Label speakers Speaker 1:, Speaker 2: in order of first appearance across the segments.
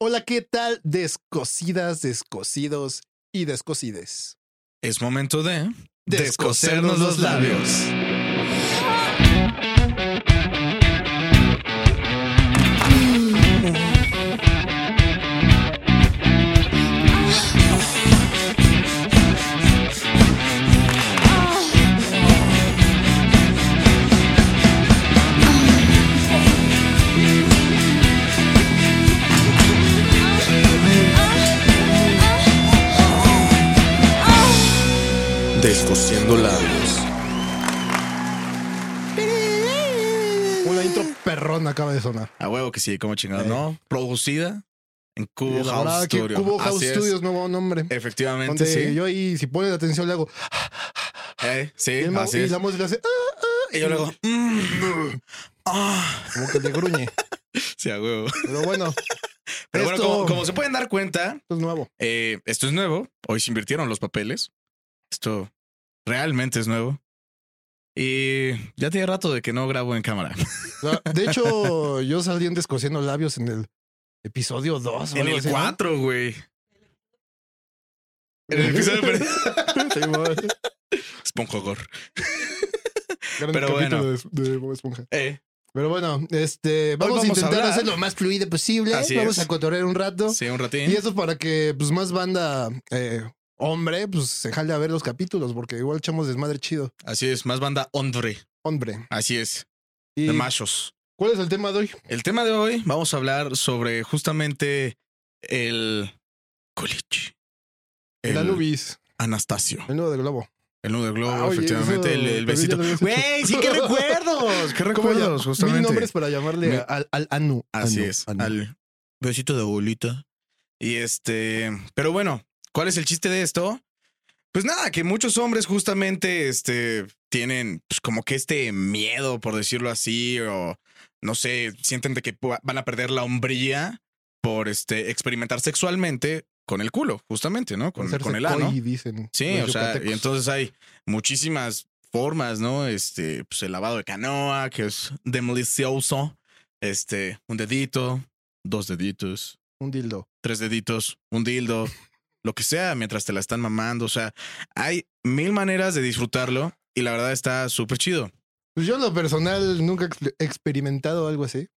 Speaker 1: Hola, ¿qué tal? Descocidas, descocidos y descocides.
Speaker 2: Es momento de descosernos los labios. Descosiendo labios.
Speaker 1: Una intro perrona acaba de sonar.
Speaker 2: A huevo que sí, como chingado,
Speaker 1: Eh.
Speaker 2: ¿no? Producida en Cubo
Speaker 1: La
Speaker 2: House
Speaker 1: verdad que
Speaker 2: Studio.
Speaker 1: Cubo House
Speaker 2: Así es.
Speaker 1: Studios, nuevo nombre.
Speaker 2: Efectivamente,
Speaker 1: Donde
Speaker 2: sí.
Speaker 1: yo ahí, si pones atención, le hago.
Speaker 2: Eh, sí,
Speaker 1: y, el ma-
Speaker 2: así
Speaker 1: y
Speaker 2: es.
Speaker 1: la música hace. "Ah, ah",
Speaker 2: Y yo le hago, "Mm, ah".
Speaker 1: Como que te gruñe.
Speaker 2: Sí, a huevo.
Speaker 1: Pero bueno.
Speaker 2: Pero bueno,
Speaker 1: esto-
Speaker 2: como, como se pueden dar cuenta,
Speaker 1: esto es nuevo.
Speaker 2: eh, esto es nuevo. Hoy se invirtieron los papeles. Esto realmente es nuevo. Y ya tiene rato de que no grabo en cámara.
Speaker 1: La- De hecho, yo salí en Descosiendo Labios en el episodio 2.
Speaker 2: en el 4, güey. En el episodio perdido. Esponjogor. Pero
Speaker 1: Pero
Speaker 2: bueno.
Speaker 1: bueno. De, de Bob Esponja.
Speaker 2: Eh,
Speaker 1: Pero bueno, este, vamos,
Speaker 2: vamos a
Speaker 1: a intentar
Speaker 2: hablar.
Speaker 1: hacer lo más fluido posible.
Speaker 2: Así
Speaker 1: vamos
Speaker 2: es.
Speaker 1: a cotorrear un rato.
Speaker 2: sí, un ratín.
Speaker 1: Y eso para que pues, más banda eh, hombre pues, se jale a ver los capítulos, porque igual echamos desmadre chido.
Speaker 2: Así es, más banda hombre.
Speaker 1: Hombre.
Speaker 2: Así es,
Speaker 1: ¿Y
Speaker 2: de machos.
Speaker 1: ¿Cuál es el tema de hoy?
Speaker 2: El tema de hoy vamos a hablar sobre justamente el coliche.
Speaker 1: El Anubis,
Speaker 2: Anastasio.
Speaker 1: el nudo de globo.
Speaker 2: El nudo de globo,
Speaker 1: Ah, oye,
Speaker 2: efectivamente.
Speaker 1: eso
Speaker 2: el, el
Speaker 1: también ya
Speaker 2: besito.
Speaker 1: lo habías
Speaker 2: Güey, sí, qué recuerdos. Qué
Speaker 1: ¿Cómo ya?
Speaker 2: recuerdos, justamente.
Speaker 1: Mil nombres para llamarle
Speaker 2: Mi-
Speaker 1: a- al, al Anu.
Speaker 2: Así
Speaker 1: Anu,
Speaker 2: Ah, es.
Speaker 1: Anu.
Speaker 2: Al besito de abuelita. Y este. Pero bueno, ¿cuál es el chiste de esto? Pues nada, que muchos hombres justamente este, tienen pues, como que este miedo, por decirlo así, o no sé, sienten de que pu- van a perder la hombría por este, experimentar sexualmente con el culo, justamente, ¿no? Con,
Speaker 1: Hacerse
Speaker 2: con el ano.
Speaker 1: koi, dicen.
Speaker 2: Sí,
Speaker 1: los
Speaker 2: o sea,
Speaker 1: yucatecos.
Speaker 2: y entonces hay muchísimas formas, ¿no? Este, pues el lavado de canoa, que es delicioso. Este, un dedito, dos deditos,
Speaker 1: Un dildo.
Speaker 2: tres deditos, un dildo, lo que sea, mientras te la están mamando. O sea, hay mil maneras de disfrutarlo y la verdad está súper chido.
Speaker 1: Pues yo en lo personal nunca he ex- experimentado algo así.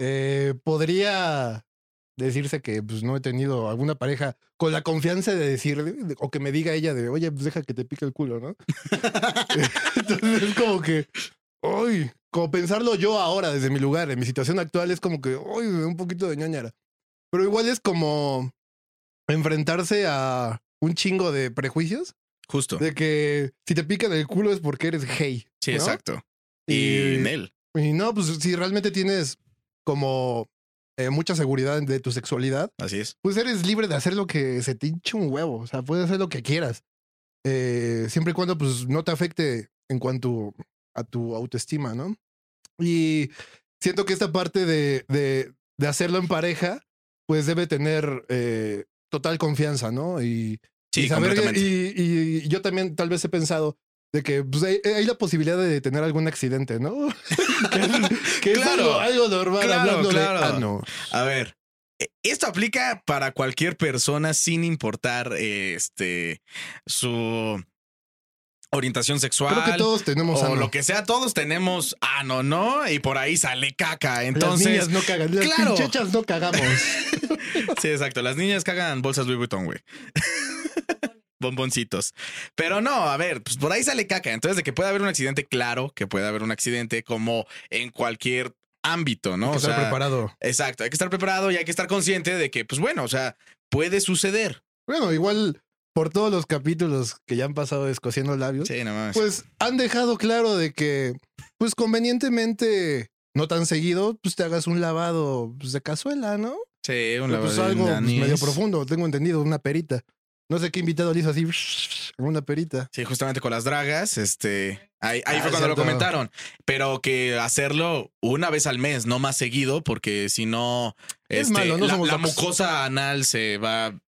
Speaker 1: Eh, podría decirse que pues, no he tenido alguna pareja con la confianza de decirle de- o que me diga ella de, oye, pues deja que te pique el culo, ¿no? Entonces es como que, uy, como pensarlo yo ahora desde mi lugar, en mi situación actual, es como que, uy, un poquito de ñoñara. Pero igual es como enfrentarse a un chingo de prejuicios
Speaker 2: Justo.
Speaker 1: de que si te pican el culo es porque eres gay.
Speaker 2: Sí,
Speaker 1: ¿no?
Speaker 2: exacto. Y
Speaker 1: Y,
Speaker 2: en él.
Speaker 1: y no, pues si realmente tienes como eh, mucha seguridad de tu sexualidad,
Speaker 2: Así es.
Speaker 1: pues eres libre de hacer lo que se te hinche un huevo. O sea, puedes hacer lo que quieras. Eh, siempre y cuando pues no te afecte en cuanto a tu autoestima, ¿no? Y siento que esta parte de, de, de hacerlo en pareja, pues debe tener eh, total confianza, ¿no? Y
Speaker 2: Sí,
Speaker 1: y, saber-
Speaker 2: completamente.
Speaker 1: y- y- y yo también tal vez he pensado de que pues, hay, hay la posibilidad de tener algún accidente, ¿no? que es, que es algo,
Speaker 2: Claro.
Speaker 1: algo normal
Speaker 2: Claro,
Speaker 1: hablando
Speaker 2: claro.
Speaker 1: de ah, no.
Speaker 2: A ver, e- esto aplica para cualquier persona sin importar eh, este su orientación sexual
Speaker 1: Creo que todos tenemos
Speaker 2: o
Speaker 1: ano.
Speaker 2: lo que sea, todos tenemos ano, ¿no? Y por ahí sale
Speaker 1: las
Speaker 2: caca.
Speaker 1: niñas
Speaker 2: Entonces,
Speaker 1: no cagan, las
Speaker 2: claro.
Speaker 1: pinchechas no cagamos.
Speaker 2: sí, exacto, las niñas cagan bolsas Louis Vuitton, güey. Bomboncitos. Pero no, a ver, pues por ahí sale caca. Entonces, de que puede haber un accidente, claro que puede haber un accidente como en cualquier ámbito, ¿no?
Speaker 1: Hay que
Speaker 2: O
Speaker 1: estar
Speaker 2: sea,
Speaker 1: preparado.
Speaker 2: Exacto, hay que estar preparado y hay que estar consciente de que, pues bueno, o sea, puede suceder.
Speaker 1: Bueno, igual por todos los capítulos que ya han pasado escociendo labios,
Speaker 2: Sí, nada más.
Speaker 1: pues han dejado claro de que, pues convenientemente, no tan seguido, pues te hagas un lavado pues, de cazuela, ¿no?
Speaker 2: sí, un
Speaker 1: Pero, pues
Speaker 2: lavado de
Speaker 1: algo pues,
Speaker 2: anís.
Speaker 1: medio profundo, tengo entendido, una perita. No sé qué invitado le hizo así, con una perita.
Speaker 2: Sí, justamente con las dragas, este, ahí, ahí
Speaker 1: Ah,
Speaker 2: fue cuando lo
Speaker 1: cierto.
Speaker 2: comentaron, pero que hacerlo una vez al mes, no más seguido, porque si no,
Speaker 1: Es
Speaker 2: este,
Speaker 1: malo, no
Speaker 2: la,
Speaker 1: somos
Speaker 2: la
Speaker 1: locos.
Speaker 2: mucosa anal se va,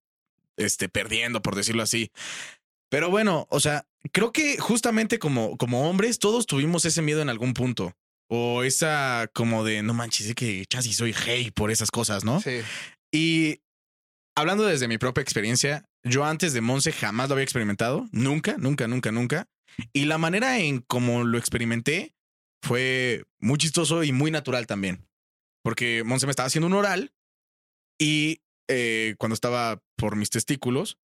Speaker 2: este, perdiendo, por decirlo así. Pero bueno, o sea, creo que justamente como, como hombres, todos tuvimos ese miedo en algún punto. O esa como de, no manches, es que chance y soy gay por esas cosas, ¿no?
Speaker 1: Sí.
Speaker 2: Y hablando desde mi propia experiencia, yo antes de Monse jamás lo había experimentado. Nunca, nunca, nunca, nunca. Y la manera en cómo lo experimenté fue muy chistoso y muy natural también. Porque Monse me estaba haciendo un oral y eh, cuando estaba por mis testículos,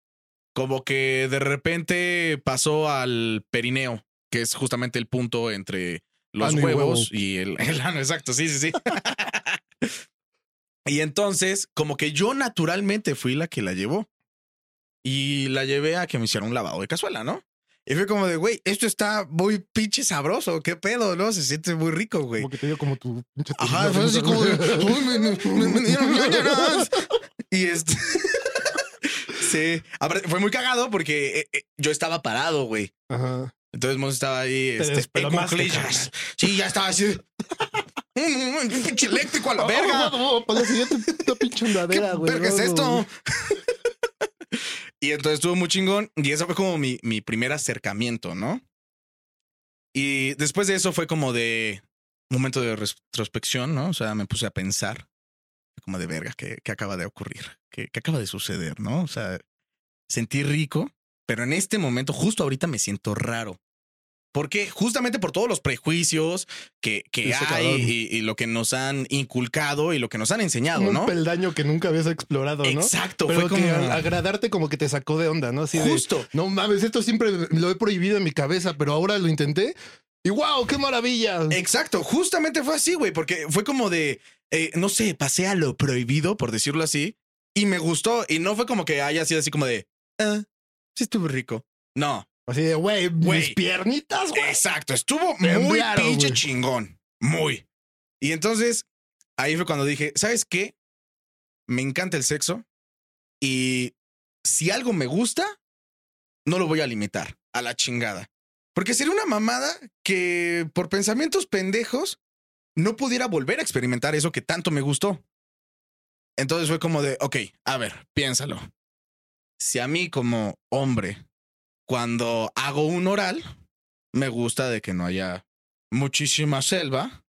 Speaker 2: como que de repente pasó al perineo, que es justamente el punto entre los
Speaker 1: Ano y
Speaker 2: huevos y el, el ano. Exacto, sí, sí, sí. y entonces, como que yo naturalmente fui la que la llevó y la llevé a que me hicieran un lavado de cazuela, ¿no? Y fue como de, güey, esto está muy pinche sabroso, qué pedo, ¿no? Se siente muy rico, güey.
Speaker 1: Como que te dio como tu pinche
Speaker 2: Ajá,
Speaker 1: terminal
Speaker 2: fue así como de,
Speaker 1: güey.
Speaker 2: "Uy, me, me- me- me dieron ñañaras". Y este. sí. Aparte, Fue muy cagado porque eh, eh, yo estaba parado, güey.
Speaker 1: Ajá.
Speaker 2: Entonces Monse estaba ahí este, en
Speaker 1: desplomaste,
Speaker 2: cuclillas. Sí, ya estaba así. Un mm, pinche eléctrico a la verga.
Speaker 1: Vamos, para la siguiente puta pinche
Speaker 2: ¿Qué
Speaker 1: andadera, güey.
Speaker 2: verga es
Speaker 1: vamos,
Speaker 2: esto?
Speaker 1: güey.
Speaker 2: y entonces estuvo muy chingón. Y eso fue como mi, mi primer acercamiento, ¿no? Y después de eso fue como de momento de retrospección, ¿no? O sea, me puse a pensar como de verga, ¿qué, qué acaba de ocurrir? ¿Qué, ¿Qué acaba de suceder, no? O sea, sentí rico, pero en este momento, justo ahorita me siento raro. ¿Por qué? Justamente por todos los prejuicios que, que
Speaker 1: Eso,
Speaker 2: hay
Speaker 1: cabrón.
Speaker 2: y, y lo que nos han inculcado y lo que nos han enseñado,
Speaker 1: Un
Speaker 2: Ah, ¿no?
Speaker 1: peldaño que nunca habías explorado, ¿no?
Speaker 2: Exacto,
Speaker 1: Pero
Speaker 2: fue
Speaker 1: que
Speaker 2: como
Speaker 1: al agradarte como que te sacó de onda, ¿no? Así de,
Speaker 2: justo.
Speaker 1: no mames, esto siempre lo he prohibido en mi cabeza, pero ahora lo intenté y wow, qué maravilla.
Speaker 2: Exacto, justamente fue así, güey, porque fue como de, eh, no sé, pasé a lo prohibido, por decirlo así, y me gustó, y no fue como que haya sido así como de, ah, sí estuvo rico. No,
Speaker 1: Así de, güey, mis
Speaker 2: Güey.
Speaker 1: piernitas, güey.
Speaker 2: exacto, estuvo muy
Speaker 1: Temblaron,
Speaker 2: pinche
Speaker 1: güey.
Speaker 2: chingón, muy. Y entonces, ahí fue cuando dije, ¿sabes qué? Me encanta el sexo, y si algo me gusta, no lo voy a limitar a la chingada. Porque sería una mamada que por pensamientos pendejos no pudiera volver a experimentar eso que tanto me gustó. Entonces fue como de, ok, a ver, piénsalo. Si a mí como hombre, cuando hago un oral, me gusta de que no haya muchísima selva,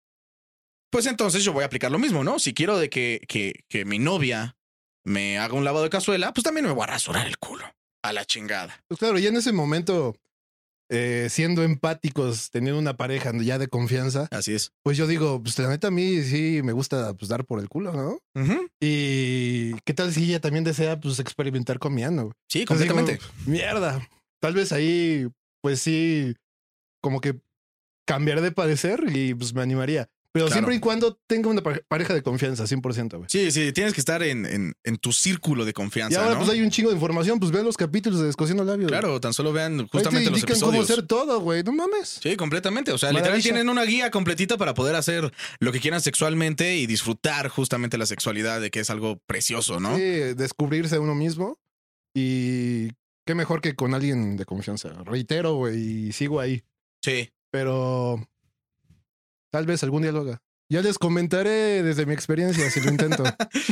Speaker 2: pues entonces yo voy a aplicar lo mismo, ¿no? Si quiero de que, que, que mi novia me haga un lavado de cazuela, pues también me voy a rasurar el culo. A la chingada.
Speaker 1: Pues claro, ya en ese momento, eh, siendo empáticos, teniendo una pareja ya de confianza,
Speaker 2: Así es.
Speaker 1: pues yo digo, pues la neta a mí sí me gusta pues dar por el culo, ¿no? Y qué tal si ella también desea pues experimentar con mi ano. güey?
Speaker 2: Sí,
Speaker 1: Así como,
Speaker 2: completamente.
Speaker 1: Mierda. Tal vez ahí, pues sí, como que cambiar de parecer y pues me animaría. Pero
Speaker 2: Claro.
Speaker 1: siempre y cuando tenga una pa- pareja de confianza, 100%, güey.
Speaker 2: Sí, sí, tienes que estar en, en, en tu círculo de
Speaker 1: Y
Speaker 2: confianza.
Speaker 1: ahora
Speaker 2: ¿no?
Speaker 1: pues hay un chingo de información, pues vean los capítulos de Descosiendo Labios.
Speaker 2: Claro, tan solo vean
Speaker 1: Ahí te
Speaker 2: justamente los
Speaker 1: indican cómo
Speaker 2: episodios.
Speaker 1: hacer todo, güey. No mames.
Speaker 2: Sí, completamente. O sea, literal
Speaker 1: Maravilla.
Speaker 2: tienen una guía completita para poder hacer lo que quieran sexualmente y disfrutar justamente la sexualidad, de que es algo precioso, ¿no?
Speaker 1: Sí, descubrirse uno mismo y qué mejor que con alguien de confianza. Reitero, güey, y sigo ahí.
Speaker 2: Sí.
Speaker 1: Pero tal vez algún día lo haga. Ya les comentaré desde mi experiencia si lo intento.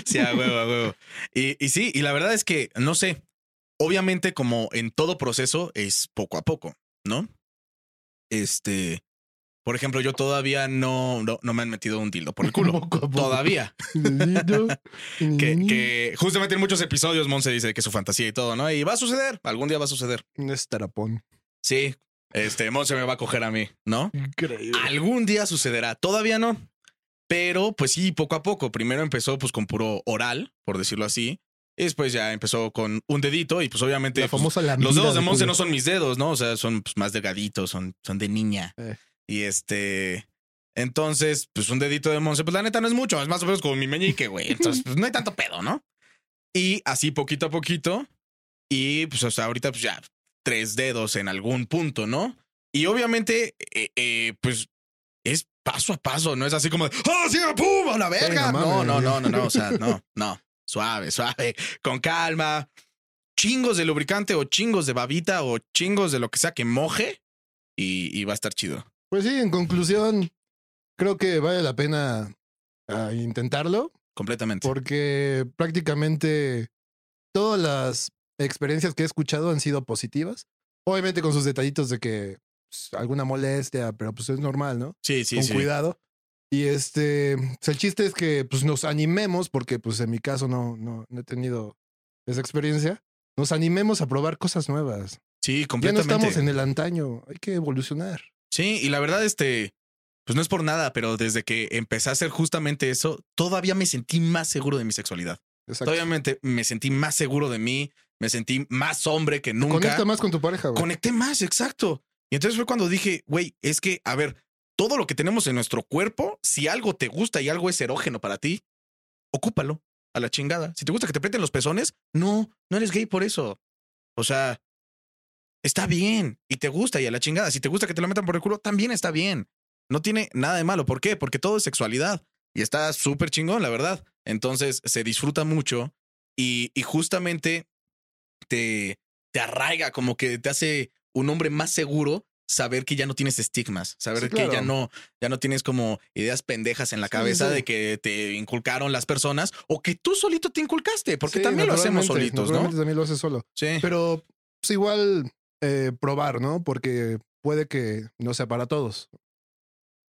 Speaker 2: Sí, a huevo, a huevo. Y, y sí, y la verdad es que, no sé, obviamente como en todo proceso es poco a poco, ¿no? Este, por ejemplo, yo todavía no, no, no me han metido un dildo por el culo.
Speaker 1: Poco a poco.
Speaker 2: todavía.
Speaker 1: Dedillo.
Speaker 2: Que,
Speaker 1: Mm.
Speaker 2: que justamente en muchos episodios Monse dice que su fantasía y todo, ¿no? Y va a suceder, algún día va a suceder.
Speaker 1: Un estarapón.
Speaker 2: Sí, este, Monse me va a coger a mí, ¿no?
Speaker 1: Increíble.
Speaker 2: Algún día sucederá, todavía no. Pero pues sí, poco a poco. Primero empezó pues con puro oral, por decirlo así. Y después ya empezó con un dedito y pues obviamente
Speaker 1: La
Speaker 2: pues,
Speaker 1: famosa lambida
Speaker 2: los dedos de Monse
Speaker 1: culo.
Speaker 2: no son mis dedos, ¿no? O sea, son pues, más delgaditos, son, son de niña.
Speaker 1: Eh.
Speaker 2: Y este... Entonces, pues un dedito de Monse, pues la neta no es mucho, es más o menos como mi meñique, güey. Entonces, pues no hay tanto pedo, ¿no? Y así poquito a poquito. Y pues hasta ahorita, pues ya tres dedos en algún punto, ¿no? Y obviamente, eh, eh, pues es paso a paso, no es así como, de, ¡ah, sí, pum, a la verga!
Speaker 1: no
Speaker 2: no,
Speaker 1: mames.
Speaker 2: no, no, no, no, o sea, no, no, suave, suave, con calma, chingos de lubricante o chingos de babita o chingos de lo que sea que moje y, y va a estar chido.
Speaker 1: Pues sí, en conclusión, creo que vale la pena ah, intentarlo.
Speaker 2: Completamente.
Speaker 1: Porque prácticamente todas las experiencias que he escuchado han sido positivas. Obviamente con sus detallitos de que pues, alguna molestia, pero pues es normal, ¿no?
Speaker 2: sí, sí,
Speaker 1: con
Speaker 2: sí.
Speaker 1: cuidado. Y este, pues el chiste es que pues nos animemos, porque pues en mi caso no, no, no he tenido esa experiencia, nos animemos a probar cosas nuevas.
Speaker 2: Sí,
Speaker 1: Ya no
Speaker 2: completamente.
Speaker 1: estamos en el antaño, hay que evolucionar.
Speaker 2: Sí, y la verdad, este, pues no es por nada, pero desde que empecé a hacer justamente eso, todavía me sentí más seguro de mi sexualidad.
Speaker 1: Exacto.
Speaker 2: Todavía me, me sentí más seguro de mí, me sentí más hombre que nunca.
Speaker 1: Conecta más con tu pareja, güey.
Speaker 2: Conecté más, exacto. Y entonces fue cuando dije, güey, es que, a ver, todo lo que tenemos en nuestro cuerpo, si algo te gusta y algo es erógeno para ti, ocúpalo a la chingada. Si te gusta que te aprieten los pezones, no, no eres gay por eso. O sea, está bien y te gusta y a la chingada. Si te gusta que te lo metan por el culo, también está bien. No tiene nada de malo. ¿Por qué? Porque todo es sexualidad y está súper chingón, la verdad. Entonces se disfruta mucho y, y justamente te, te arraiga, como que te hace un hombre más seguro saber que ya no tienes estigmas, saber
Speaker 1: Sí, claro.
Speaker 2: que ya no, ya no tienes como ideas pendejas en la
Speaker 1: Sí,
Speaker 2: cabeza
Speaker 1: sí.
Speaker 2: de que te inculcaron las personas o que tú solito te inculcaste, porque
Speaker 1: Sí,
Speaker 2: también lo hacemos
Speaker 1: naturalmente,
Speaker 2: solitos, ¿no?
Speaker 1: naturalmente también lo haces solo.
Speaker 2: Sí.
Speaker 1: Pero pues igual eh, probar, ¿no? Porque puede que no sea para todos.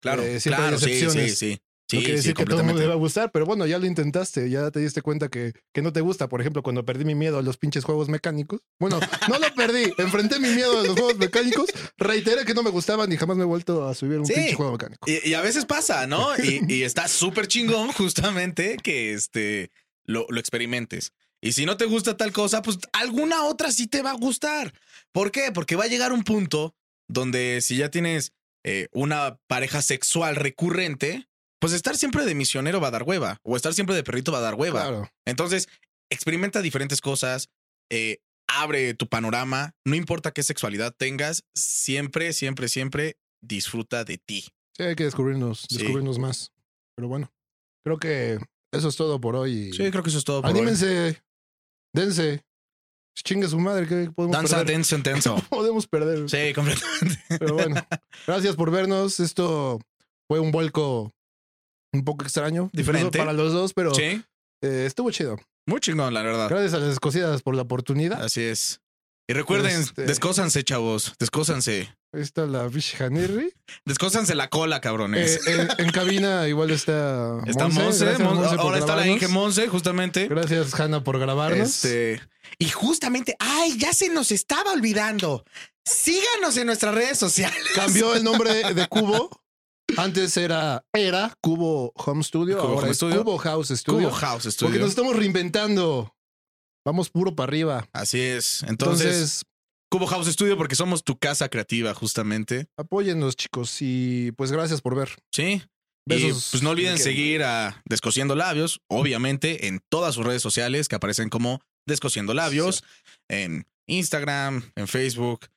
Speaker 2: Claro,
Speaker 1: Eh, siempre hay
Speaker 2: claro, sí, sí,
Speaker 1: excepciones.
Speaker 2: sí.
Speaker 1: No
Speaker 2: Sí,
Speaker 1: quiere
Speaker 2: sí,
Speaker 1: decir que todo el mundo
Speaker 2: completamente.
Speaker 1: le va a gustar, pero bueno, ya lo intentaste, ya te diste cuenta que, que no te gusta. Por ejemplo, cuando perdí mi miedo a los pinches juegos mecánicos. Bueno, no lo perdí, enfrenté mi miedo a los juegos mecánicos, reiteré que no me gustaban y jamás me he vuelto a subir un
Speaker 2: Sí.
Speaker 1: pinche juego mecánico.
Speaker 2: Y, y a veces pasa, ¿no? Y, y está súper chingón justamente que este, lo, lo experimentes. Y si no te gusta tal cosa, pues alguna otra sí te va a gustar. ¿Por qué? Porque va a llegar un punto donde si ya tienes eh, una pareja sexual recurrente, pues estar siempre de misionero va a dar hueva. O estar siempre de perrito va a dar hueva.
Speaker 1: Claro.
Speaker 2: Entonces, experimenta diferentes cosas, eh, abre tu panorama, no importa qué sexualidad tengas, siempre, siempre, siempre disfruta de ti.
Speaker 1: Sí, hay que descubrirnos,
Speaker 2: Sí.
Speaker 1: descubrirnos más. Pero bueno, creo que eso es todo por hoy.
Speaker 2: Sí, creo que eso es todo por hoy.
Speaker 1: Anímense, dense. Chinga su madre, que podemos
Speaker 2: Danza
Speaker 1: perder.
Speaker 2: denso intenso.
Speaker 1: podemos perder.
Speaker 2: Sí, completamente.
Speaker 1: Pero bueno, gracias por vernos. Esto fue un vuelco un poco extraño. incluso
Speaker 2: Diferente.
Speaker 1: Para los dos, pero
Speaker 2: Sí, Ah.
Speaker 1: eh, estuvo chido.
Speaker 2: muy chingón, la verdad.
Speaker 1: Gracias a las escocidas por la oportunidad.
Speaker 2: Así es. Y recuerden,
Speaker 1: Este-
Speaker 2: descósanse, chavos. Descósanse.
Speaker 1: Ahí está la Fish Hanirri.
Speaker 2: Descósanse la cola, cabrones.
Speaker 1: Eh, en, en cabina igual está
Speaker 2: está
Speaker 1: Monse.
Speaker 2: Monse.
Speaker 1: Gracias,
Speaker 2: Mon-
Speaker 1: Monse, por
Speaker 2: ahora está la
Speaker 1: grabarnos.
Speaker 2: Inge Monse, justamente.
Speaker 1: Gracias, Hanna, por grabarnos.
Speaker 2: Este, y justamente, ay, ya se nos estaba olvidando. Síganos en nuestras redes sociales.
Speaker 1: Cambió el nombre de Cubo. Antes era, era Cubo Home Studio,
Speaker 2: Cubo
Speaker 1: ahora
Speaker 2: Home
Speaker 1: es
Speaker 2: Studio.
Speaker 1: Cubo House Studio.
Speaker 2: Cubo House
Speaker 1: Porque
Speaker 2: Studio.
Speaker 1: nos estamos reinventando. Vamos puro para arriba.
Speaker 2: Así es. Entonces,
Speaker 1: Entonces,
Speaker 2: Cubo House Studio, porque somos tu casa creativa, justamente.
Speaker 1: apóyennos, chicos. Y pues gracias por ver.
Speaker 2: Sí.
Speaker 1: Besos.
Speaker 2: Y, pues no olviden
Speaker 1: Que-
Speaker 2: seguir a Descosiendo Labios, obviamente, en todas sus redes sociales que aparecen como Descosiendo Labios, en Instagram, en Facebook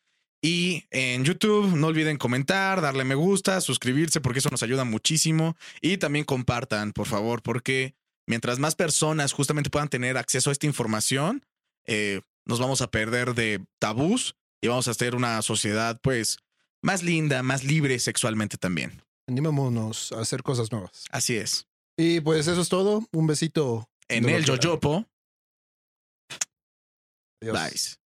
Speaker 2: y en YouTube. No olviden comentar, darle me gusta, suscribirse, porque eso nos ayuda muchísimo. Y también compartan, por favor, porque mientras más personas justamente puedan tener acceso a esta información, eh, nos vamos a perder de tabús y vamos a hacer una sociedad, pues, más linda, más libre sexualmente también.
Speaker 1: Animémonos a hacer cosas nuevas.
Speaker 2: Así es.
Speaker 1: Y pues eso es todo. Un besito.
Speaker 2: En
Speaker 1: No lo
Speaker 2: el
Speaker 1: quieran.
Speaker 2: Yoyopo.
Speaker 1: Adiós.
Speaker 2: Nice.